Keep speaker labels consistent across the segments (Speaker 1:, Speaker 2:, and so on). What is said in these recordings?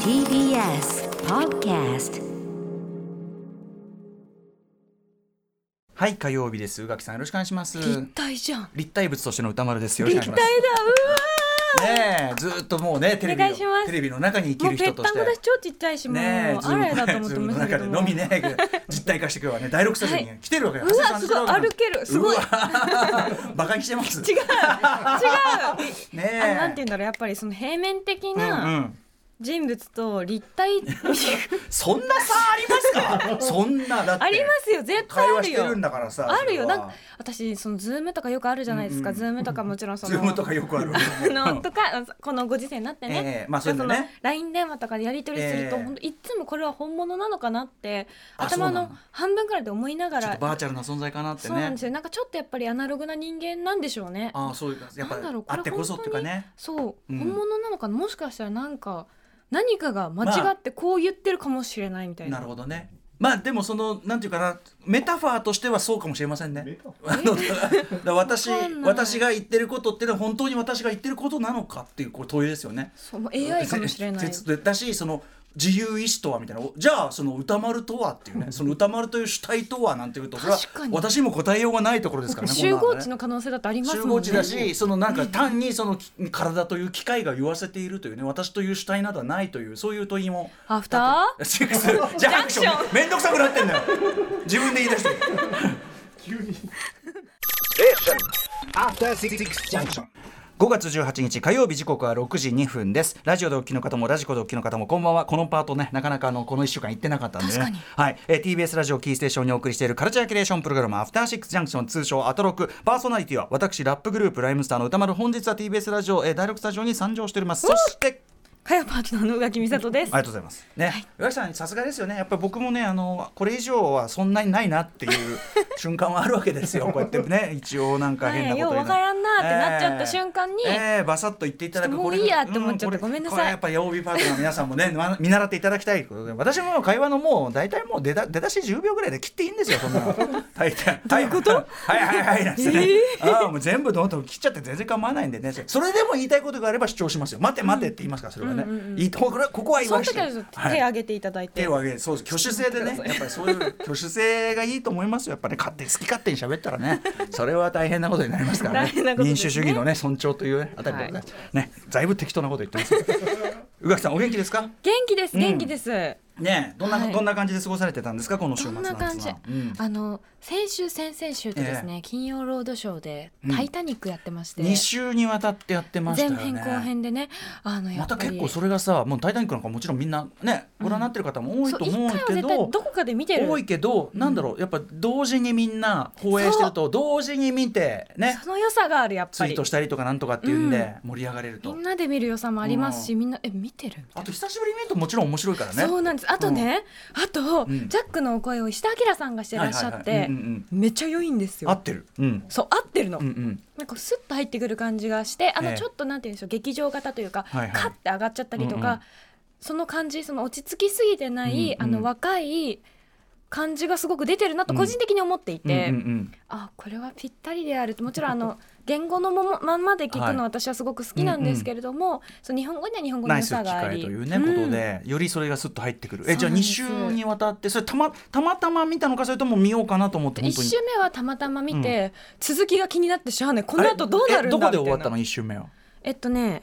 Speaker 1: TBS Podcast
Speaker 2: はい火曜日です宇垣さんよろしくお願いします
Speaker 3: 立体じゃん。
Speaker 2: 立体物としての歌丸ですよろし
Speaker 3: 立
Speaker 2: くお
Speaker 3: 体だ。
Speaker 2: 願いしますねえず
Speaker 3: う
Speaker 2: ーっともうねテレビ
Speaker 3: お願いしま
Speaker 2: の
Speaker 3: す
Speaker 2: テレビの中に生
Speaker 3: わ
Speaker 2: きる
Speaker 3: ー。もうぺっ
Speaker 2: 人と
Speaker 3: た
Speaker 2: し
Speaker 3: んこだして超ちっちゃいし、もう
Speaker 2: ねえズー
Speaker 3: あ
Speaker 2: ム
Speaker 3: れだと思ってましたけど
Speaker 2: ズームの中で
Speaker 3: も。
Speaker 2: のみ ね実体化していくわね第六スタジオに来てるわけ
Speaker 3: うわすごい歩けるすごい違う
Speaker 2: バカにしてます
Speaker 3: 違う。あ
Speaker 2: ねえ
Speaker 3: のなんて言うんだろうやっぱりその平面的
Speaker 2: うんう
Speaker 3: なん人物と立体
Speaker 2: そんな差ありますか そんなだって
Speaker 3: ありますよ絶対
Speaker 2: 会
Speaker 3: あ
Speaker 2: 話
Speaker 3: る
Speaker 2: して
Speaker 3: よ
Speaker 2: るんだからさ
Speaker 3: あるよ
Speaker 2: それ
Speaker 3: なん
Speaker 2: は
Speaker 3: か私そのズームとかよくあるじゃないですか、
Speaker 2: うんうん
Speaker 3: ズームとかもちろんその
Speaker 2: ズームとかよくある
Speaker 3: あのとかこのご時世になってね、
Speaker 2: ええまあそういうのね
Speaker 3: その LINE 電話とかでやり取りすると、
Speaker 2: ええ
Speaker 3: ほんといつもこれは本物なのかなって
Speaker 2: あ
Speaker 3: 頭
Speaker 2: そうな
Speaker 3: の
Speaker 2: の
Speaker 3: 半分くらいで思いなが
Speaker 2: ちょっ
Speaker 3: ら
Speaker 2: とバーチャルな存在かなってね
Speaker 3: そうなんですよなんかちょっとやっぱりアナログな人間なんでしょうね
Speaker 2: ああそういうかやっぱ
Speaker 3: なんだろうこ
Speaker 2: あ
Speaker 3: れ
Speaker 2: ってこそっていうかね
Speaker 3: そう、
Speaker 2: うん
Speaker 3: 本物なのかなもしかしたらなんか何かが間違ってこう言ってるかもしれないみたいな,、
Speaker 2: なるほどねまあでもそのなんていうかなメタファーとしてはそうかもしれませんねあのだから私
Speaker 3: わかんない
Speaker 2: 私が言ってることっていうのは本当に私が言ってることなのかっていうこれ問いですよね
Speaker 3: そうもう AI かもしれない
Speaker 2: ぜぜだしその自由意志とはみたいなおじゃあその歌丸とはっていうねその歌丸という主体とはなんていうとこれは
Speaker 3: 確かに
Speaker 2: 私にも答えようがないところですからね
Speaker 3: 集
Speaker 2: こんな
Speaker 3: 合
Speaker 2: のね
Speaker 3: 値の可能性だってあります
Speaker 2: 集
Speaker 3: も
Speaker 2: 合
Speaker 3: んね
Speaker 2: 値だしそのなんか単にそのき体という機械が言わせているというね私という主体などはないというそういう問いも
Speaker 3: アフター
Speaker 2: シックスジャンクシ
Speaker 3: ジャンク
Speaker 2: ョンめんどくさくなってんだよ自分で言い出して
Speaker 4: After Six Junction.
Speaker 2: 5月18日火曜日時刻は6時2分ですラジオでお聞きの方もラジコでお聞きの方もこんばんはこのパートねなかなかあのこの1週間行ってなかったんでね
Speaker 3: 確かに
Speaker 2: はい、えー TBS ラジオキーステーションにお送りしているカルチャーキュレーションプログラム「アフターシックスジャンクション」通称「アトロク」パーソナリティは私ラップグループライムスターの歌丸本日は TBS ラジオ、えー、第6スタジオに参上しておりますそして
Speaker 3: かやパートナーの宇垣美里です
Speaker 2: ありがとうございます。ね、岩、木、さん、さすがですよね。やっぱり僕もね、あの、これ以上はそんなにないなっていう瞬間はあるわけですよ。 こうやってね、一応なんか変なこと言
Speaker 3: はいようわからんなってなっちゃった瞬間に
Speaker 2: えーえーバサッと言っていただく。
Speaker 3: ちょっと
Speaker 2: これ
Speaker 3: もういいやって思っちゃって
Speaker 2: うこれ
Speaker 3: ごめんなさい
Speaker 2: これやっぱり曜日パートナーの皆さんもね、 ま見習っていただきたいことで、私も会話のもう、大体もう出だ、出だし10秒ぐらいで切っていいんですよ。そんなの。 大体。どういうことはいはいはい なんつってね。ああ、もう全部どんどん切っちゃって、全然構わないんでね。それでも言いたいことがあれば、主張しますよ。待て待てって言いますから、それはね。いいとこ、これはここは言
Speaker 3: そ
Speaker 2: わ
Speaker 3: の
Speaker 2: して
Speaker 3: 時はちょっと手挙げていただいて、
Speaker 2: 手を挙げてそうです挙手制でねやっぱりそういう挙手制がいいと思いますよやっぱり勝手に好き勝手に喋ったらねそれは大変なことになりますからね
Speaker 3: 大変なことですね
Speaker 2: 民主主義のね尊重というねあたりでございます、ねだいぶ適当なこと言ってます けど宇垣さんお元気ですか
Speaker 3: 元気です元気です、
Speaker 2: ねえどんな、
Speaker 3: はい
Speaker 2: どんな感じで過ごされてたんですかこの週
Speaker 3: ど
Speaker 2: 末
Speaker 3: んな感じ、
Speaker 2: なんですがうん
Speaker 3: あの先週先々週とですね、金曜ロードショーで「タイタニック」やってまして、
Speaker 2: 二週にわたってやってましたよ
Speaker 3: 前
Speaker 2: ね
Speaker 3: 編後編でねあのや
Speaker 2: ま
Speaker 3: っぱ
Speaker 2: た
Speaker 3: り
Speaker 2: 結構それがさもう「タイタニック」なんかもちろんみんなねご覧になってる方も多い
Speaker 3: そう
Speaker 2: と
Speaker 3: 一
Speaker 2: 思う
Speaker 3: 回は
Speaker 2: け
Speaker 3: 絶
Speaker 2: ど、
Speaker 3: 対どこかで見てる
Speaker 2: 多いけど、なんだろうやっぱ同時にみんな放映してると同時に見てね
Speaker 3: その良さがあるやっ
Speaker 2: ツ
Speaker 3: ぱ
Speaker 2: イー
Speaker 3: り
Speaker 2: トしたりとかなんとかっていうんで盛り上がれると、
Speaker 3: みんなで見る良さもありますし、みんなえ見てる
Speaker 2: あと久しぶりに見るともちろん面白いからね
Speaker 3: そうなんですあとね、あと、
Speaker 2: ん
Speaker 3: ジャックのお声を石田明さんがしてらっしゃって、
Speaker 2: はいはいはいうんうん
Speaker 3: めっちゃ良いんです
Speaker 2: 合
Speaker 3: よ
Speaker 2: ってるうん
Speaker 3: そう合ってるの、
Speaker 2: うんうん
Speaker 3: なんかスッと入ってくる感じがしてあ
Speaker 2: え
Speaker 3: の
Speaker 2: え
Speaker 3: ちょっとなんて言うんでしょう、劇場型というか、
Speaker 2: はいはい
Speaker 3: カッて上がっちゃったりとか、
Speaker 2: うんうん
Speaker 3: その感じその落ち着きすぎてない、
Speaker 2: うんうん
Speaker 3: あの若い感じがすごく出てるなと個人的に思っていて、
Speaker 2: うんうんうん
Speaker 3: あこれはぴったりであるともちろんあ の言語のももまんまで聞くのは私はすごく好きなんですけれども、その日本語には日本語の
Speaker 2: ナイ
Speaker 3: 良
Speaker 2: ス機
Speaker 3: さがあ
Speaker 2: 会
Speaker 3: り
Speaker 2: というね、
Speaker 3: うん
Speaker 2: ことでよりそれがスッと入ってくるえじゃあ
Speaker 3: そうなんで
Speaker 2: 2
Speaker 3: す
Speaker 2: 週にわたってそれたまたまたま見たのかそれとも見ようかなと思って本
Speaker 3: 一
Speaker 2: 当に
Speaker 3: 週目はたまたま見て、続きが気になってしゃあねこの後どうなるんだみたいな
Speaker 2: あれえどこで終わったの1週目は
Speaker 3: えっとね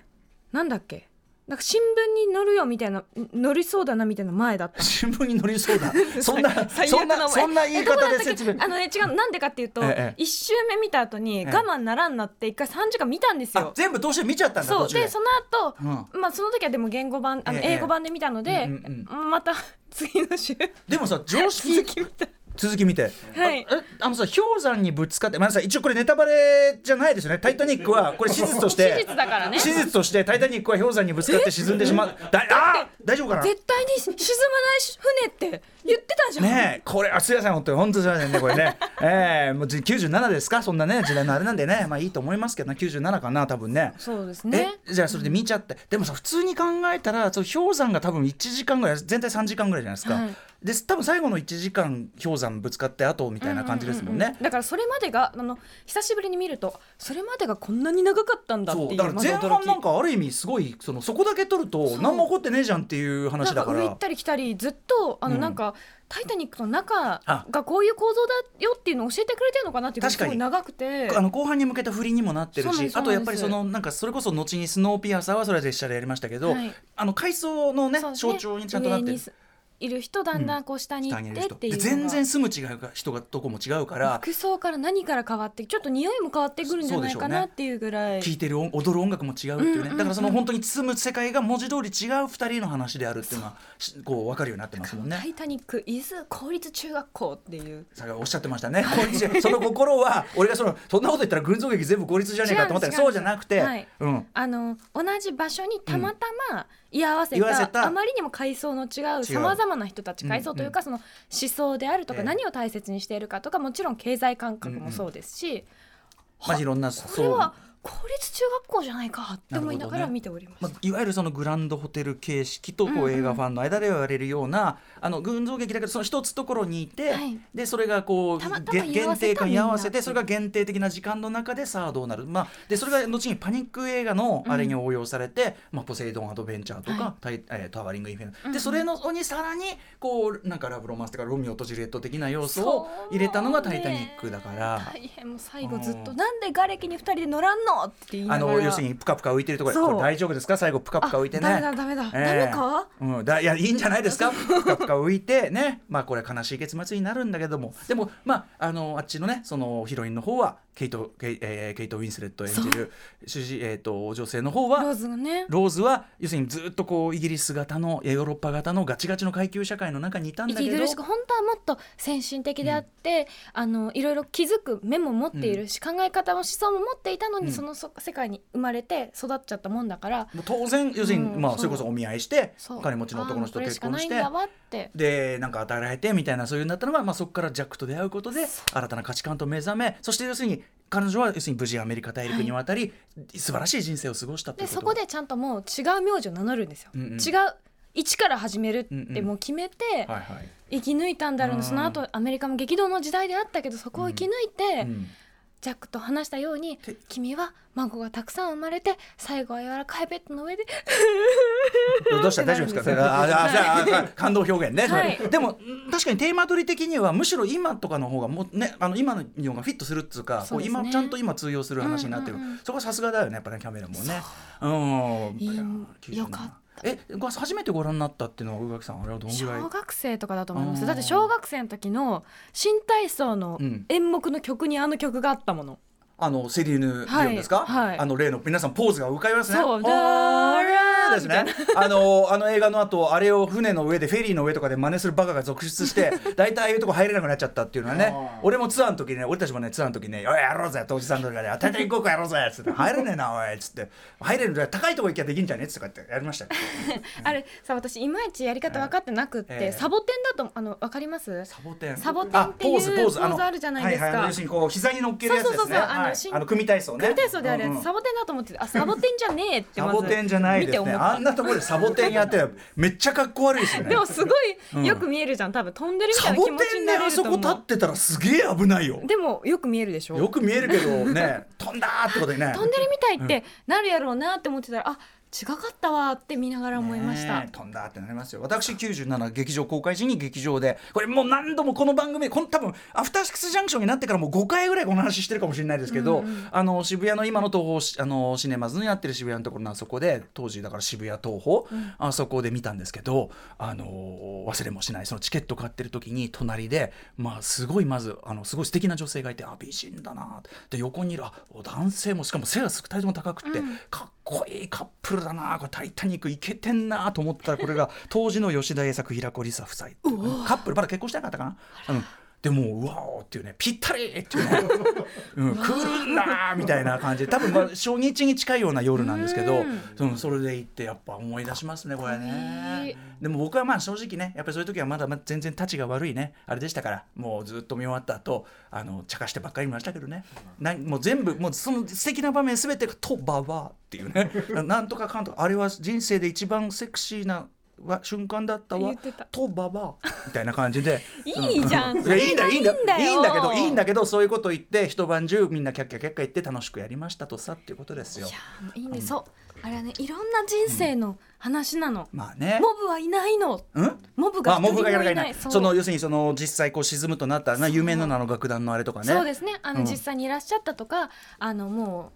Speaker 3: なんだっけなんか新聞に載るよみたいなん載りそうだなみたいな前だっ た
Speaker 2: 新聞に載りそうだそんな
Speaker 3: 最悪
Speaker 2: そん
Speaker 3: の
Speaker 2: な
Speaker 3: 前
Speaker 2: そんな言い方で説
Speaker 3: えどこだったっ
Speaker 2: 明
Speaker 3: けあのね違うなんでかっていうと、一
Speaker 2: ええ
Speaker 3: 周目見た後に
Speaker 2: え
Speaker 3: 我慢ならんなって一回3時間見たんです
Speaker 2: あ
Speaker 3: よ、
Speaker 2: 全部どうして見ちゃったんだ
Speaker 3: そ
Speaker 2: 途
Speaker 3: う
Speaker 2: 中で
Speaker 3: でその後、まあその時はでも言語版あの
Speaker 2: ええ
Speaker 3: 英語版で見たので、
Speaker 2: うんうん
Speaker 3: また 次の週
Speaker 2: でもさ 常識
Speaker 3: 続き見た
Speaker 2: 続き見て、
Speaker 3: はい
Speaker 2: あえあのさ氷山にぶつかって、まあ、さ一応これネタバレじゃないですよね「タイタニック」はこれ史実とし
Speaker 3: 史
Speaker 2: て
Speaker 3: 実だからね
Speaker 2: 史実として「タイタニック」は氷山にぶつかって沈んでしまうだあー大丈夫かな
Speaker 3: 絶対に沈まないし船って言ってたじゃん、
Speaker 2: ねえこれあすいません本当に本当すいませんねこれね ええもうじ97ですかそんなね時代のあれなんでねまあいいと思いますけどね97かな多分ね
Speaker 3: そうですね
Speaker 2: えじゃあそれで見ちゃって、でもさ普通に考えたらそう氷山が多分1時間ぐらい全体3時間ぐらいじゃないですか、
Speaker 3: はい
Speaker 2: で多分最後の1時間氷山ぶつかって後みたいな感じですもんね。
Speaker 3: ううううだからそれまでがあの久しぶりに見るとそれまでがこんなに長かったんだって
Speaker 2: そう
Speaker 3: いう
Speaker 2: だから
Speaker 3: まず
Speaker 2: 前
Speaker 3: 驚き
Speaker 2: 半なんかある意味すごいそのそこだけ取ると
Speaker 3: う
Speaker 2: 何も起こってねえじゃんっていう話だか
Speaker 3: なんか上行
Speaker 2: ら
Speaker 3: ったり来たりずっとあ
Speaker 2: う
Speaker 3: の
Speaker 2: ん
Speaker 3: なんか、タイタニック」の中
Speaker 2: あ
Speaker 3: がこういう構造だよっていうのを教えてくれてるのかなっていうのが
Speaker 2: 確かに
Speaker 3: すごい長くて
Speaker 2: あの後半に向けた振りにもなってる
Speaker 3: そうなん
Speaker 2: し
Speaker 3: です
Speaker 2: あとやっぱり
Speaker 3: そ
Speaker 2: そう
Speaker 3: な
Speaker 2: のなんかそれこそ後にスノーピアサーはそれでしたらやりましたけど、
Speaker 3: はい
Speaker 2: あの階層のね
Speaker 3: そうです
Speaker 2: 象徴にちゃんとなって
Speaker 3: 上
Speaker 2: る
Speaker 3: に。すいる人だんだんこう下に行
Speaker 2: 下
Speaker 3: っ
Speaker 2: にい
Speaker 3: て
Speaker 2: る人
Speaker 3: っていう
Speaker 2: で
Speaker 3: のが
Speaker 2: 全然住む違うか人がどこも違うから
Speaker 3: 服装から何から変わってちょっと匂いも変わってくるんじゃないかなっていうぐらい。
Speaker 2: 聴いてる音踊る音楽も違うっていうね、
Speaker 3: うんうんうん
Speaker 2: だからその本当に住む世界が文字通り違う二人の話であるっていうのはしこう分かるようになってますもんね
Speaker 3: タ。イタニック、伊豆公立中学校っていう。
Speaker 2: さがおっしゃってましたね。 公立じゃその心は俺がそのそんなこと言ったら群像劇全部公立じゃねえかと思ったけどそ
Speaker 3: 違
Speaker 2: ううん
Speaker 3: です
Speaker 2: じゃなくて、
Speaker 3: はい
Speaker 2: うん。
Speaker 3: あの同じ場所にたまたま居合わせ
Speaker 2: 居合わ
Speaker 3: た,、
Speaker 2: せた
Speaker 3: あまりにも階層の違うさまざまな人たち階層というか、その思想であるとか、
Speaker 2: ええ
Speaker 3: 何を大切にしているかとかもちろん経済感覚もそうですし、
Speaker 2: まあいろんな
Speaker 3: これ
Speaker 2: そう、
Speaker 3: は
Speaker 2: ま
Speaker 3: 公立中学校じゃないかって思いながら見ております。
Speaker 2: あ、いわゆるそのグランドホテル形式とこう映画ファンの間では言われるような、あの群像劇だけどその一つところにいて、
Speaker 3: はい
Speaker 2: でそれがこう
Speaker 3: たまたま
Speaker 2: げ
Speaker 3: 居合わ
Speaker 2: 限
Speaker 3: せ
Speaker 2: 定
Speaker 3: た
Speaker 2: 感に合わせ
Speaker 3: みん
Speaker 2: て
Speaker 3: なっていう
Speaker 2: それが限定的な時間の中でさあどうなる、まあ、でそれが後にパニック映画のあれに応用されて「まあ、ポセイドン・アドベンチャー」とか
Speaker 3: は
Speaker 2: 「タイえータワーリング・インフェル
Speaker 3: うんう
Speaker 2: ノ」
Speaker 3: ん
Speaker 2: でそれのにさらにこうなんかラブロマンスとかロミオとジュリエット的な要素を入れたのが「タイタニック」だから。
Speaker 3: 大変もう最後ずっと、
Speaker 2: うん
Speaker 3: なんで瓦礫に二人で乗らんのって言い
Speaker 2: あ
Speaker 3: ながら
Speaker 2: の要するにプカプカ浮いてるところで
Speaker 3: そう
Speaker 2: これ大丈夫ですか最後プカプカ浮いてね
Speaker 3: あダメだダメだダメか
Speaker 2: うん、だいやいいんじゃないですかプカプカ浮いてねまあこれ悲しい結末になるんだけどもでもまああのあっちのねそのヒロインの方はケイトケイ,、えーケイト・ウィンスレット演じる主人、えー、と女性の方
Speaker 3: ロー
Speaker 2: は
Speaker 3: ズがね
Speaker 2: ローズは要するにずっとこうイギリス型のヨーロッパ型のガチガチの階級社会の中にいたんだ
Speaker 3: 息
Speaker 2: けど
Speaker 3: 苦しく本当はもっと先進的であって、あのいろいろ気づく目も持っているし、考え方も思想も持っていたのに、
Speaker 2: うん
Speaker 3: そのそ世界に生まれて育っちゃったもんだから
Speaker 2: もう当然要するに、
Speaker 3: うん
Speaker 2: まあ、
Speaker 3: そう
Speaker 2: それこそお見合いして
Speaker 3: そう
Speaker 2: お金持ちの男の人
Speaker 3: あ
Speaker 2: と
Speaker 3: ー
Speaker 2: 結婚して
Speaker 3: これしか。ないんだわって
Speaker 2: でなんか与えられてみたいなそういうになったのが、まあ、そこからジャックと出会うことで新たな価値観と目覚めそして要するに彼女は要するに無事アメリカ大陸に渡り、素晴らしい人生を過ごしたとい
Speaker 3: で
Speaker 2: うこと
Speaker 3: そこでちゃんともう違う名字を名乗るんですよ、
Speaker 2: うんうん
Speaker 3: 違う一から始めるってもう決めて、
Speaker 2: はいはい、
Speaker 3: 生き抜いたんだろうな、
Speaker 2: うん
Speaker 3: その後アメリカも激動の時代であったけどそこを生き抜いて、
Speaker 2: うん
Speaker 3: ジャックと話したように
Speaker 2: て
Speaker 3: 君は孫がたくさん生まれて最後は柔らかいベッド の上で
Speaker 2: どうした大丈夫 ですかそれあああああ感動表現ね、それ
Speaker 3: はい
Speaker 2: でも確かにテーマ取り的にはむしろ今とかの方がもうねあの今ののがフィットするっていうか
Speaker 3: そうですね
Speaker 2: こう今ちゃんと今通用する話になってる、
Speaker 3: うんうんうん
Speaker 2: そこはさすがだよねやっぱりキャメラもねうん
Speaker 3: いい
Speaker 2: や90
Speaker 3: よかった
Speaker 2: えご初めてご覧になったっていうのは宇垣さんあれはどのぐらい
Speaker 3: 小学生とかだと思いま
Speaker 2: あー
Speaker 3: すだって小学生の時の新体操の
Speaker 2: うん
Speaker 3: 演目の曲にあの曲があったもの、
Speaker 2: あのセリーヌ・ディオンですか、
Speaker 3: はいはい
Speaker 2: あの例の皆さんポーズが浮かびますね。
Speaker 3: そう
Speaker 2: あー
Speaker 3: だー
Speaker 2: ですね。あのあの映画の後あれを船の上でフェリーの上とかで真似するバカが続出 して、大体ああいうとこ入れなくなっちゃったっていうのはね。俺もツアーの時ね、俺たちもねツアーの時ね、おいやろうぜ、当時さんとかで、大体行こうかやろうぜっつって入れねえなおいっつって、入れるんだ高いとこ行きゃできんじゃねえっつってこうやってやりましたよ。
Speaker 3: あれさ私いまいちやり方分かってなくって、
Speaker 2: ええ
Speaker 3: サボテンだとあの分かります
Speaker 2: サボテン。
Speaker 3: サボテンってい
Speaker 2: あポ
Speaker 3: う
Speaker 2: ーズポーズ
Speaker 3: ポーズあるじゃないですか
Speaker 2: はは要するにこう膝に乗っけるやつですね。
Speaker 3: そうそうそうそうあの
Speaker 2: はい
Speaker 3: しん
Speaker 2: あの組体操ね。
Speaker 3: 組体操であるやつ、
Speaker 2: うんうん
Speaker 3: サボテンだと思っててあサボテンじゃねえって
Speaker 2: サ
Speaker 3: まず
Speaker 2: ボテンじゃないで
Speaker 3: 見て
Speaker 2: す
Speaker 3: 思
Speaker 2: ね。
Speaker 3: っ
Speaker 2: あ
Speaker 3: た
Speaker 2: んなところでサボテンやってたらめっちゃかっこ悪いですよね。
Speaker 3: でもすごいよく見えるじゃん多分飛んでるみた
Speaker 2: サ
Speaker 3: いな
Speaker 2: ボ
Speaker 3: 気持ち
Speaker 2: テン
Speaker 3: に
Speaker 2: で
Speaker 3: なれ
Speaker 2: あ
Speaker 3: ると
Speaker 2: そこ
Speaker 3: 思う
Speaker 2: 立ってたらすげえ危ないよ。
Speaker 3: でもよく見えるでしょ
Speaker 2: よく見えるけどね、飛んだーってことでね。
Speaker 3: 飛んでるみたいってなるやろうなって思ってたら、あ違かったわって見ながら思いました、
Speaker 2: ねえ飛んだーってなりますよ私97劇場公開時に劇場でこれもう何度もこの番組この多分アフターシックスジャンクションになってからもう5回ぐらいこの話してるかもしれないですけど、あの渋谷の今の東宝しあのシネマズになってる渋谷のところのあそこで当時だから渋谷東宝、あそこで見たんですけど、あのー忘れもしないそのチケット買ってる時に隣で、まあ、すごいまずあのすごい素敵な女性がいてあ美人だなーってで横にいるあお男性もしかも背が2人とも高くって、かっこいいカップルだなーこれ「タイタニック」いけてんなーと思ったらこれが当時の吉田栄作平子梨沙夫妻っていうねカップルまだ結婚してなかったかな。うんでもううわーっていうねぴったりっていうね、うん、来るなーみたいな感じで多分まあ初日に近いような夜なんですけど
Speaker 3: うん
Speaker 2: そのそれで行ってやっぱ思い出しますねこれ
Speaker 3: かっこい
Speaker 2: ね
Speaker 3: い
Speaker 2: でも僕はまあ正直ねやっぱりそういう時はまだまだ全然立ちが悪いねあれでしたからもうずっと見終わった後あの茶化してばっかりいましたけどねなもう全部もうその素敵な場面 全てが「とばば」っていうねななんとかかんとかあれは人生で一番セクシーなわ瞬間だったわ
Speaker 3: 言ってた
Speaker 2: とばばみたいな感じで
Speaker 3: いいじゃん
Speaker 2: いやいいんだよいいんだよい
Speaker 3: い
Speaker 2: い
Speaker 3: い
Speaker 2: ん
Speaker 3: ん
Speaker 2: だ
Speaker 3: だ
Speaker 2: け
Speaker 3: よ
Speaker 2: どいいんだけどそういうこと言って一晩中みんなキャッキャキャッキャ言って楽しくやりましたとさっていうことですよ
Speaker 3: いやもういいねそうあれはねいろんな人生の話なの、
Speaker 2: まあね
Speaker 3: モブはいないの
Speaker 2: うん
Speaker 3: モブが
Speaker 2: あ
Speaker 3: 一
Speaker 2: モ
Speaker 3: 人も
Speaker 2: ブがやら
Speaker 3: い
Speaker 2: い
Speaker 3: な
Speaker 2: ないい
Speaker 3: そ
Speaker 2: そうの要するにその実際こう沈むとなったな有名なのあの楽団のあれとかね
Speaker 3: そうですねあの、
Speaker 2: うん
Speaker 3: 実際にいらっしゃったとかあのも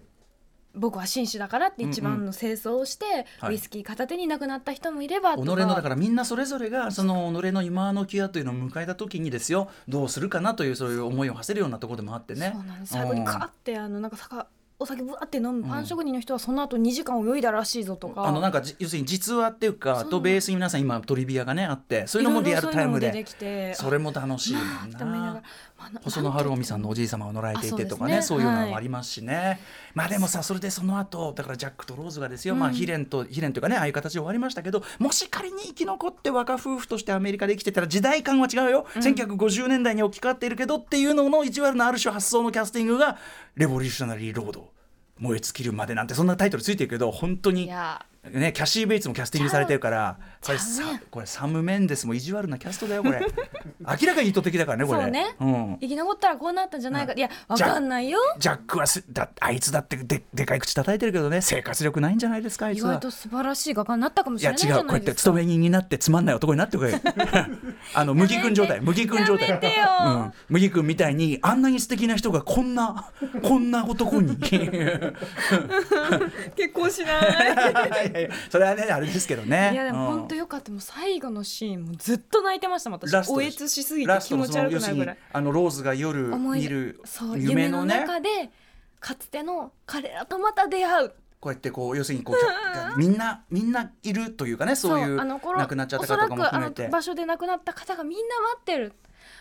Speaker 3: う僕は紳士だからって一
Speaker 2: うんう
Speaker 3: 番の清掃をして、
Speaker 2: はい
Speaker 3: ウイスキー片手に亡くなった人もいれば
Speaker 2: 己
Speaker 3: とか
Speaker 2: のだからみんなそれぞれがその己の今の際というのを迎えた時にですよどうするかなというそういう思いを馳せるようなところでもあってね
Speaker 3: そうなんです最後にカ
Speaker 2: う
Speaker 3: ーっ
Speaker 2: ん
Speaker 3: てあのなんかさかお酒ぶわって飲むパン職人の人はその後2時間泳いだらしいぞとか、
Speaker 2: あのなんかじ要するに実話っていうかあ
Speaker 3: そう
Speaker 2: とベースに皆さん今トリビアがねあってそういうのもリアルタイム
Speaker 3: いろ
Speaker 2: で
Speaker 3: いろそういうのも出てきて
Speaker 2: それも楽しいもん
Speaker 3: あと思いな
Speaker 2: な
Speaker 3: がら。まあな
Speaker 2: 細野晴臣さんのおじい様を乗られていてとかね
Speaker 3: あ
Speaker 2: そ
Speaker 3: そうう
Speaker 2: い
Speaker 3: です
Speaker 2: うの
Speaker 3: ねはい
Speaker 2: もありますしね、まあでもさそれでその後だからジャックとローズがですよ、まあ悲恋と悲恋というかねああいう形で終わりましたけどもし仮に生き残って若夫婦としてアメリカで生きてたら時代感は違うよ、1950年代に置き換わっているけどっていうのの意地悪なある種発想のキャスティングが「レボリューショナリー・ロード」。燃え尽きるまでなんてそんなタイトルついてるけど本当
Speaker 3: い
Speaker 2: に
Speaker 3: や
Speaker 2: ね、キャシー・ベイツもキャスティングされてるからこれさ
Speaker 3: ちゃうね
Speaker 2: これサム・メンデスも意地悪なキャストだよこ れ明らかに意図的だからねこれ
Speaker 3: そうね、
Speaker 2: うん、
Speaker 3: 生き残ったらこうなったんじゃないか、
Speaker 2: はい
Speaker 3: い、やわかんないよ
Speaker 2: ジャックはすだあいつだってででかい口叩いてるけどね生活力ないんじゃないですかあい
Speaker 3: 意
Speaker 2: つは。
Speaker 3: 外と素晴らしい画家になったかも
Speaker 2: い
Speaker 3: し
Speaker 2: や
Speaker 3: れな
Speaker 2: 違
Speaker 3: いじ
Speaker 2: う
Speaker 3: ゃ
Speaker 2: こう
Speaker 3: な
Speaker 2: やっ
Speaker 3: い
Speaker 2: て
Speaker 3: ですか
Speaker 2: 勤め人になってつまんない男にな ってくれあの麦君状態麦君状態
Speaker 3: やめてよ
Speaker 2: うん、麦君みたいにあんなに素敵な人がこんなこんな男に
Speaker 3: 結婚しない
Speaker 2: いやいやそれはねあれですけどね
Speaker 3: いやでも
Speaker 2: うん
Speaker 3: 本当よかったもう最後のシーンもずっと泣いてましたもん私
Speaker 2: ラスト
Speaker 3: お
Speaker 2: で
Speaker 3: え
Speaker 2: す
Speaker 3: つしすぎて
Speaker 2: ラス
Speaker 3: 気
Speaker 2: トの
Speaker 3: 持
Speaker 2: そ
Speaker 3: ち
Speaker 2: の
Speaker 3: 悪
Speaker 2: 要
Speaker 3: く
Speaker 2: す
Speaker 3: な
Speaker 2: るに
Speaker 3: るぐらい
Speaker 2: あのローズが夜
Speaker 3: 思い
Speaker 2: 見る
Speaker 3: そう
Speaker 2: 夢
Speaker 3: 夢
Speaker 2: の
Speaker 3: の
Speaker 2: ね
Speaker 3: 中でかつての彼らとまた出会う
Speaker 2: こうやってこう要するにこうみんなみんないるというかねそういう
Speaker 3: あの頃
Speaker 2: 亡くなっちゃった方とかも含め
Speaker 3: おそらくあ
Speaker 2: て
Speaker 3: の場所で亡くなった方がみんな待ってる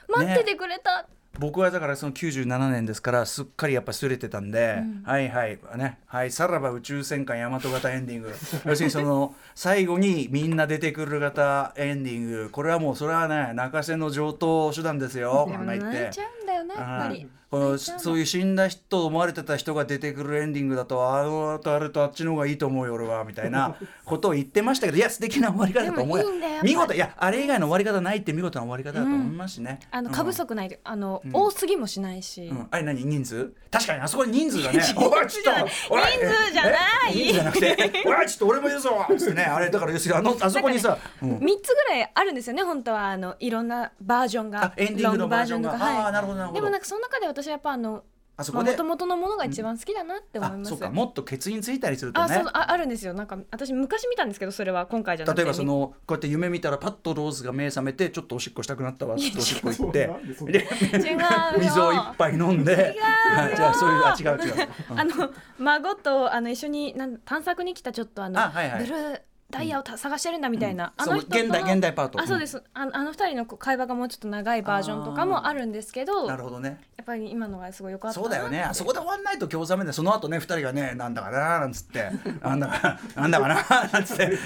Speaker 3: 待っててくれた、
Speaker 2: 僕はだからその97年ですからすっかりやっぱすれてたんで、はいはいねはいさらば宇宙戦艦ヤマト型エンディング要するにその最後にみんな出てくる型エンディングこれはもうそれはね泣かせの上等手段ですよ
Speaker 3: でも
Speaker 2: 考え
Speaker 3: 泣い
Speaker 2: て
Speaker 3: ち。ゃうんだよねやっぱ
Speaker 2: は
Speaker 3: り
Speaker 2: い。この
Speaker 3: ちゃうの
Speaker 2: そういう死んだ人と思われてた人が出てくるエンディングだとあのとあれとあっちの方がいいと思うよ俺はみたいなことを言ってましたけどいや素敵な終わり方だと思う
Speaker 3: でもいいんだよやっぱり
Speaker 2: 見事いやあれ以外の終わり方ないって見事な終わり方だと思いますしね。
Speaker 3: あの
Speaker 2: うん
Speaker 3: 過不足ない、あの、多すぎもしないし、
Speaker 2: うん、あれ何人数確かにあそこに人数がねおいちょっと おい
Speaker 3: 人数じゃない
Speaker 2: え人数じゃなくて「おいちょっと俺もいるぞ」っつってねあれだから要するにあ のあそこにさ、うん
Speaker 3: 三つぐらいあるんですよね本当はあのいろんなバージョン
Speaker 2: あ
Speaker 3: が
Speaker 2: エンディングのバージョンが
Speaker 3: ロング
Speaker 2: ああー
Speaker 3: は
Speaker 2: なるほどないる
Speaker 3: で
Speaker 2: ほど
Speaker 3: もなんかその中で私はやっぱあの
Speaker 2: あそこ
Speaker 3: も
Speaker 2: で
Speaker 3: ともとのものが一番好きだなって思い
Speaker 2: あ
Speaker 3: ます、
Speaker 2: そうかもっと血印ついたりすると
Speaker 3: あ、
Speaker 2: ね
Speaker 3: そうああるんですよなんか私昔見たんですけどそれは今回じゃなくて
Speaker 2: 例えばそのこうやって夢見たらパッとローズが目覚めてちょっとおしっこしたくなったわっつっておしっこ行ってで
Speaker 3: 違うよ
Speaker 2: 水を一杯飲んであじゃあそういうあ違う違う、うん
Speaker 3: あの孫とあの一緒になん探索に来たちょっとあの
Speaker 2: あはいはい
Speaker 3: ブルーダイヤをた、探してるんだみたい
Speaker 2: う
Speaker 3: な、
Speaker 2: ん
Speaker 3: あの人との
Speaker 2: そう現代現代パート
Speaker 3: あそうですあのあの二人のこう会話がもうちょっと長いバージョンとかもあるんですけど
Speaker 2: なる
Speaker 3: や
Speaker 2: ほどね
Speaker 3: っぱり今のがすごい良かったな
Speaker 2: そうだよねあそこで終わんないと興ざめでその後ね二人がねなんだかなーなんつってなんだかなんだかなーなんつって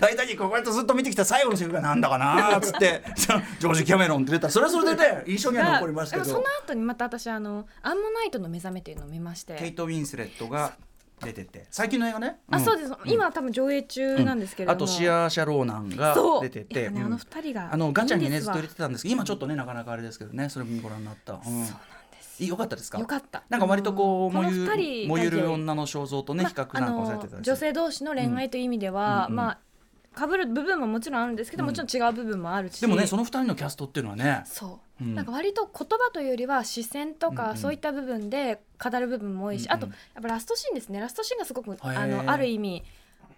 Speaker 2: 大体にここやってずっと見てきた最後のセリフがなんだかなーっつってそのジョージ・キャメロンって出たそれはそれでね印象には残りますけ
Speaker 3: でもそ
Speaker 2: ど
Speaker 3: の後にまた私あのアンモナイトの目覚めっていうのを見まして
Speaker 2: ケイト・ウィンスレットが出てて最近の映画ね、
Speaker 3: あ
Speaker 2: ん
Speaker 3: そうです、今多分上映中なんですけれども、
Speaker 2: あとシアーシャローナンが
Speaker 3: そう
Speaker 2: 出てて
Speaker 3: いやね
Speaker 2: うん
Speaker 3: あの二人が
Speaker 2: あのガチャに
Speaker 3: いいん
Speaker 2: ね
Speaker 3: です
Speaker 2: ずっ
Speaker 3: わ
Speaker 2: と入れてたんですけど今ちょっとねなかなかあれですけどねそれもご覧になった、うん、そうなんですよかったですか
Speaker 3: よかった
Speaker 2: なんか割とこう
Speaker 3: あの
Speaker 2: 燃
Speaker 3: この二
Speaker 2: ゆ
Speaker 3: 人
Speaker 2: 燃ゆる
Speaker 3: だけ
Speaker 2: 女の肖像とね
Speaker 3: ま
Speaker 2: 比較なんかもされて
Speaker 3: あ
Speaker 2: た
Speaker 3: の
Speaker 2: りする
Speaker 3: 女性同士の恋愛という意味では、
Speaker 2: うん
Speaker 3: まあ被る部分ももちろんあるんですけど、もちろん違う部分もあるし
Speaker 2: でもねその二人のキャストっていうのはね
Speaker 3: そう、
Speaker 2: うん
Speaker 3: なんか割と言葉というよりは視線
Speaker 2: う
Speaker 3: と
Speaker 2: んう
Speaker 3: か
Speaker 2: ん
Speaker 3: そういった部分で語る部分も多いし、
Speaker 2: うんうん
Speaker 3: あとやっぱラストシーンですねラストシーンがすごく
Speaker 2: ー
Speaker 3: あのある意味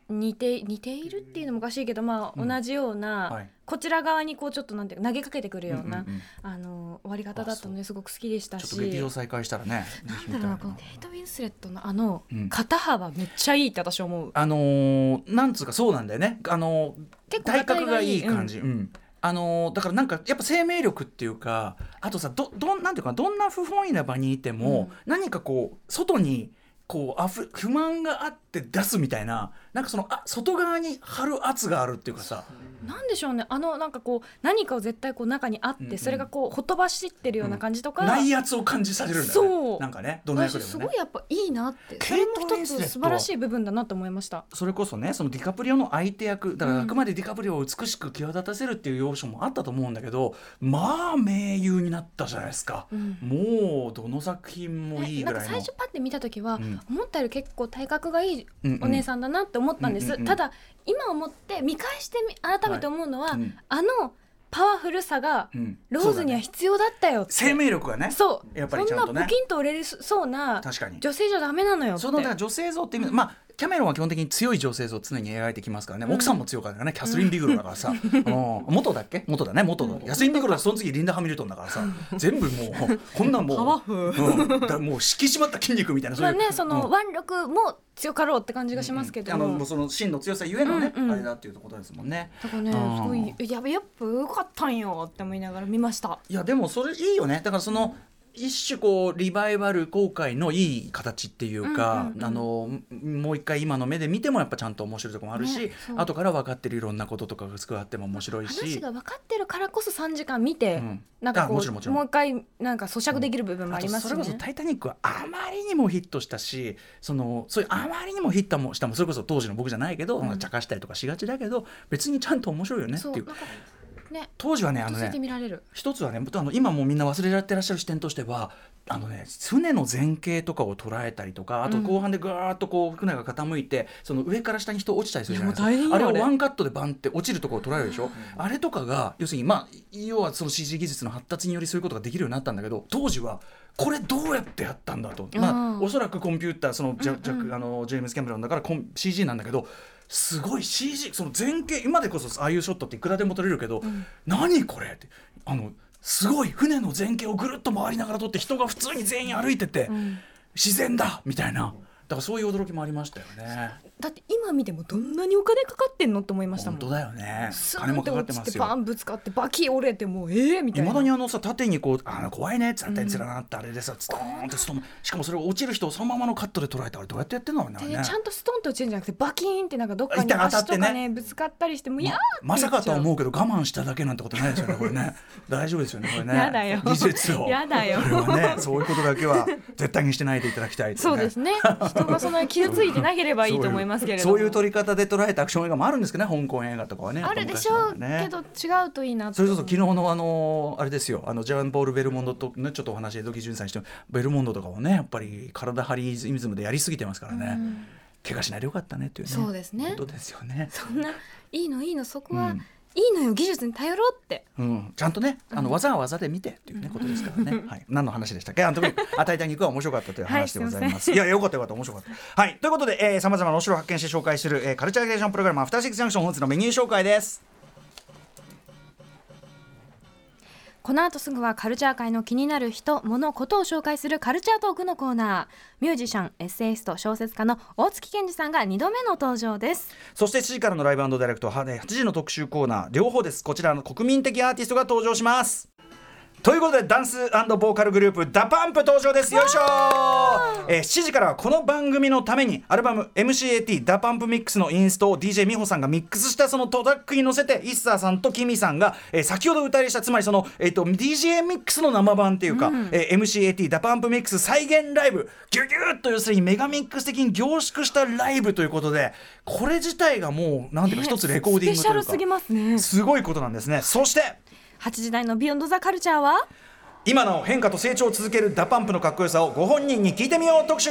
Speaker 3: 似て似ているっていうのもおかしいけど、まあ、
Speaker 2: うん
Speaker 3: 同じような、
Speaker 2: はい
Speaker 3: こちら側にこうちょっとなんていうか投げかけてくるよう
Speaker 2: う
Speaker 3: な、
Speaker 2: んうんうん
Speaker 3: あの終わり方だったのですごく好きでした
Speaker 2: ちょ
Speaker 3: し
Speaker 2: っと劇場再開したらねぜひ見たい
Speaker 3: なん だろう
Speaker 2: な
Speaker 3: なこのケイト・ウィンスレットのあの
Speaker 2: うん
Speaker 3: 肩幅めっちゃいいって私思う。
Speaker 2: あのーなんつうかそうなんだよねあのー
Speaker 3: 結構
Speaker 2: 体格がいい
Speaker 3: がいい
Speaker 2: 感じ、うんあのーだからなんかやっぱ生命力っていうかあとさどどんなんていうかなどんな不本意な場にいても、何かこう外にこうあふ不満があっって出すみたいななんかそのあ外側に貼る圧があるっていうかさ
Speaker 3: なんでしょうねあのなんかこう何かを絶対こう中にあって、
Speaker 2: うんうん
Speaker 3: それがこうほとばしってるような感じとか、
Speaker 2: 内圧を感じされるんだよね
Speaker 3: そう
Speaker 2: なんかねどんな役でも
Speaker 3: す
Speaker 2: ね
Speaker 3: ごいやっぱいいなってそ
Speaker 2: ケイ
Speaker 3: れ
Speaker 2: ト
Speaker 3: も
Speaker 2: ウィン
Speaker 3: 一
Speaker 2: スレット
Speaker 3: つ素晴らしい部分だなと思いました
Speaker 2: それこそねそのディカプリオの相手役だから
Speaker 3: うん
Speaker 2: あくまでディカプリオを美しく際立たせるっていう要素もあったと思うんだけど、まあ名優になったじゃないですか、
Speaker 3: うん
Speaker 2: もうどの作品もいい
Speaker 3: な
Speaker 2: ぐ
Speaker 3: んから
Speaker 2: い
Speaker 3: 最
Speaker 2: の
Speaker 3: 初パッて見た時は、
Speaker 2: うん
Speaker 3: 思ったより結構体格がいい
Speaker 2: うんうん
Speaker 3: お姉さんだなって思ったんです、
Speaker 2: うんうんうん
Speaker 3: ただ今思って見返してみ改めて思うのは、
Speaker 2: はいうん
Speaker 3: あのパワフルさが
Speaker 2: うん
Speaker 3: ローズには必要だったよって、
Speaker 2: 生命力がね
Speaker 3: そう
Speaker 2: やっぱりちゃん
Speaker 3: そ
Speaker 2: と
Speaker 3: んな
Speaker 2: ね
Speaker 3: ポキンと折れるそうな
Speaker 2: 確かに
Speaker 3: 女性じゃダメなのよって
Speaker 2: そのだから女性像って意味で、まあキャメロンは基本的に強い女性像を常に描いてきますからね、奥さんも強いからねキャスリン・ビグルだから さ、あの元だっけ元だね元だ、キャスリン・ビグルはその次リンダ・ハミルトンだからさ全部もうこんなんもう
Speaker 1: パワフ
Speaker 2: うんだからもう引き締まった筋肉みたいな
Speaker 3: まあねそ
Speaker 2: うん
Speaker 3: の腕力も強かろうって感じがしますけど、
Speaker 2: あのもうその真の強さゆえのね、
Speaker 3: うんうん
Speaker 2: あれだっていうことですもんね。
Speaker 3: だからね
Speaker 2: うん
Speaker 3: すごいいややっぱよかったんよって思いながら見ました
Speaker 2: いやでもそれいいよねだからその一種こうリバイバル公開のいい形っていうか、
Speaker 3: うんうんうん
Speaker 2: あのもう一回今の目で見てもやっぱちゃんと面白いとこもあるし、
Speaker 3: ねそう
Speaker 2: 後から分かってるいろんなこととかが加わっても面白い
Speaker 3: 話
Speaker 2: し
Speaker 3: が。分かってるからこそ3時間見て、
Speaker 2: うん
Speaker 3: なんか
Speaker 2: あ
Speaker 3: こ
Speaker 2: もち
Speaker 3: う
Speaker 2: ろんも
Speaker 3: も
Speaker 2: ちろん
Speaker 3: う一回なんか咀嚼できる部分もあ
Speaker 2: あ
Speaker 3: り
Speaker 2: と
Speaker 3: ます
Speaker 2: そ
Speaker 3: し
Speaker 2: れ
Speaker 3: ね
Speaker 2: こそ「タイタニック」はあまりにもヒットしたしそのそういうあまりにもヒットもしたもそれこそ当時の僕じゃないけど、
Speaker 3: うん
Speaker 2: 茶化したりとかしがちだけど別にちゃんと面白いよねって
Speaker 3: そう
Speaker 2: い
Speaker 3: なん
Speaker 2: う
Speaker 3: かね
Speaker 2: 当時はねあの
Speaker 3: 落と
Speaker 2: ね
Speaker 3: せて見られる
Speaker 2: 一つはねあの今もうみんな忘れられてらっしゃる視点としてはあのね船の前景とかを捉えたりとかあと後半でぐーっとこう船が傾いて、その上から下に人落ちたりするじゃないですか
Speaker 1: いやもう大変よ
Speaker 2: あれを
Speaker 1: あれ
Speaker 2: ワンカットでバンって落ちるところを捉えるでしょ、あれとかが要するにまあ要はその CG 技術の発達によりそういうことができるようになったんだけど当時はこれどうやってやったんだと、まあ、
Speaker 3: うん
Speaker 2: おそらくコンピューターそのジャジャックあのジェームス・キャメロンだからコン CG なんだけどすごい CG その前景今でこそああいうショットっていくらでも撮れるけど、何これってあのすごい船の前景をぐるっと回りながら撮って人が普通に全員歩いてて、自然だみたいなだからそういう驚きもありましたよね。
Speaker 3: だって今見てもどんなにお金かかってんのって思いました
Speaker 2: 本
Speaker 3: もん
Speaker 2: 当だよね
Speaker 3: ス
Speaker 2: 金
Speaker 3: ーン
Speaker 2: も
Speaker 3: って
Speaker 2: かかって
Speaker 3: 落
Speaker 2: ま
Speaker 3: ち
Speaker 2: す
Speaker 3: て
Speaker 2: よ
Speaker 3: バンぶつかってバキ折れてもうええみた
Speaker 2: い
Speaker 3: いな
Speaker 2: まだにあのさ縦にこう「あの怖いね」っつって連なってあれでさストーンってストーンしかもそれを落ちる人をそのままのカットで捉えたあれどうやってやってんのあれね
Speaker 3: でねちゃんとストンと落ちるんじゃなくてバキーンってなんかどっか
Speaker 2: 一
Speaker 3: に
Speaker 2: 旦当たっ
Speaker 3: 足
Speaker 2: て
Speaker 3: と
Speaker 2: ね
Speaker 3: かねぶつかったりしてもいやーって
Speaker 2: まさかとは
Speaker 3: う
Speaker 2: 思うけど我慢しただけなんてことないですよねこれね 大丈夫ですよねこれね
Speaker 3: やだよ
Speaker 2: 技術を
Speaker 3: やだよ
Speaker 2: これはねそういうことだけは絶対にしてないでいただきたいってい
Speaker 3: そうですね人がそんなに傷ついてなければいいと思いますけれども
Speaker 2: そういう撮り方で捉えたアクション映画もあるんですけどね香港映画とかはね
Speaker 3: あるでしょう
Speaker 2: 昔のね
Speaker 3: けど違うといいなって
Speaker 2: それこそ昨日のあのあれですよあのジャン・ポール・ベルモンドとねちょっとお話でドキジュンさんにしてもベルモンドとかもねやっぱり体張りイズムでやりすぎてますからね、怪我しないでよかったねっていうね
Speaker 3: そうですね
Speaker 2: ことですよね、
Speaker 3: そんないいのいいのそこは、
Speaker 2: うん
Speaker 3: いいのよ技術に頼ろうって
Speaker 2: うん、ちゃんとねあの技は技で見てっていうね、ことですからね、はい、何の話でしたっけあの時「あたいた肉」は面白かったという話でございます。い、やよかったよかった面白かった。はいということでさまざまなお城を発見して紹介する、えーカルチャーリレーションプログラム「アフターシックスジャンクション」本日のメニュー紹介です。
Speaker 3: この後すぐはカルチャー界の気になる人物ことを紹介するカルチャートークのコーナーミュージシャンエッセイスト小説家の大月健二さんが2度目の登場です
Speaker 2: そして7時からのライブダイレクトはね8時の特集コーナー両方ですこちらの国民的アーティストが登場しますということでダンスボーカルグループダパンプ登場ですよいしょー、えー7時からはこの番組のためにアルバム MCAT ダパンプミックスのインストを DJ 美穂さんがミックスしたそのトラックに乗せてイッサーさんとキミさんが、えー先ほど歌いしたつまりその、えー、と DJ ミックスの生版っていうか、えー MCAT ダパンプミックス再現ライブギュギュッと要するにメガミックス的に凝縮したライブということでこれ自体がもうなんていうか一つレコーディング
Speaker 3: ス
Speaker 2: と
Speaker 3: ペシャ
Speaker 2: い
Speaker 3: ル
Speaker 2: うか、
Speaker 3: すぎますね
Speaker 2: すごいことなんですねそして
Speaker 3: 8時台のビヨンドザカルチャーは
Speaker 2: 今の変化と成長を続けるダパンプのかっこよさをご本人に聞いてみよう特集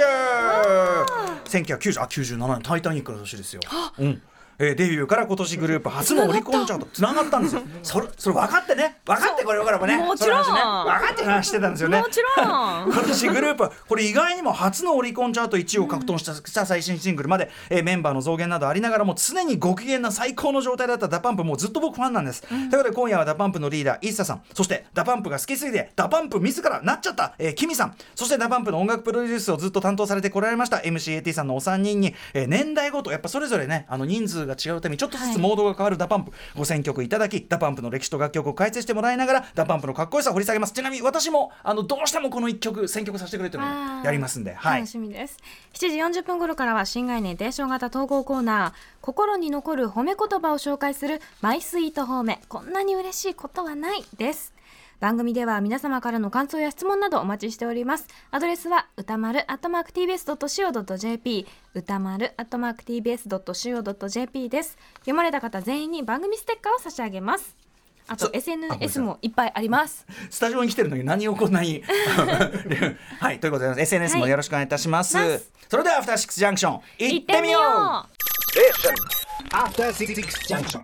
Speaker 2: 1990あ97年「タイタニック」の年ですよ。うんえーデビューから今年グループ初のオリコンチャートつながったんですよそれそれ分かってね分かってこれからもね
Speaker 3: もちろん
Speaker 2: その話ね分かって話してたんですよね
Speaker 3: もちろん
Speaker 2: 今年グループはこれ意外にも初のオリコンチャート1位を獲得した,、した最新シングルまで、えーメンバーの増減などありながらも常にご機嫌な最高の状態だったダパンプもうずっと僕ファンなんです、ということで今夜はダパンプのリーダーイッサさんそしてダパンプが好きすぎてダパンプ自らなっちゃった、えーキミさんそしてダパンプの音楽プロデュースをずっと担当されてこられました MCAT さんのお三人に、えー年代ごとやっぱそれぞれねあの人数数が違うためにちょっとずつモードが変わるダパンプ、ご選曲いただきダパンプの歴史と楽曲を解説してもらいながらダパンプのかっこよさを掘り下げますちなみに私もあのどうしてもこの一曲選曲させてくれっていうの
Speaker 3: あ
Speaker 2: を
Speaker 3: ー
Speaker 2: やりますんではい
Speaker 3: 楽しみです7時40分頃からは新概念提唱型統合コーナー心に残る褒め言葉を紹介するマイスイート褒めこんなに嬉しいことはないです番組では皆様からの感想や質問などお待ちしておりますアドレスは歌丸 atmarktbs.co.jp 歌丸 atmarktbs.co.jp です読まれた方全員に番組ステッカーを差し上げますあ
Speaker 2: そ
Speaker 3: と
Speaker 2: あごめんなさ
Speaker 3: SNS
Speaker 2: い
Speaker 3: もいっぱいあります
Speaker 2: スタジオに来てるのに何をこんなにはいということで SNS もよろしくお願いいたします、
Speaker 3: はい
Speaker 2: それではアフターシックスジャンクション行ってみよう
Speaker 3: 行っ
Speaker 4: Station. After Six Junction.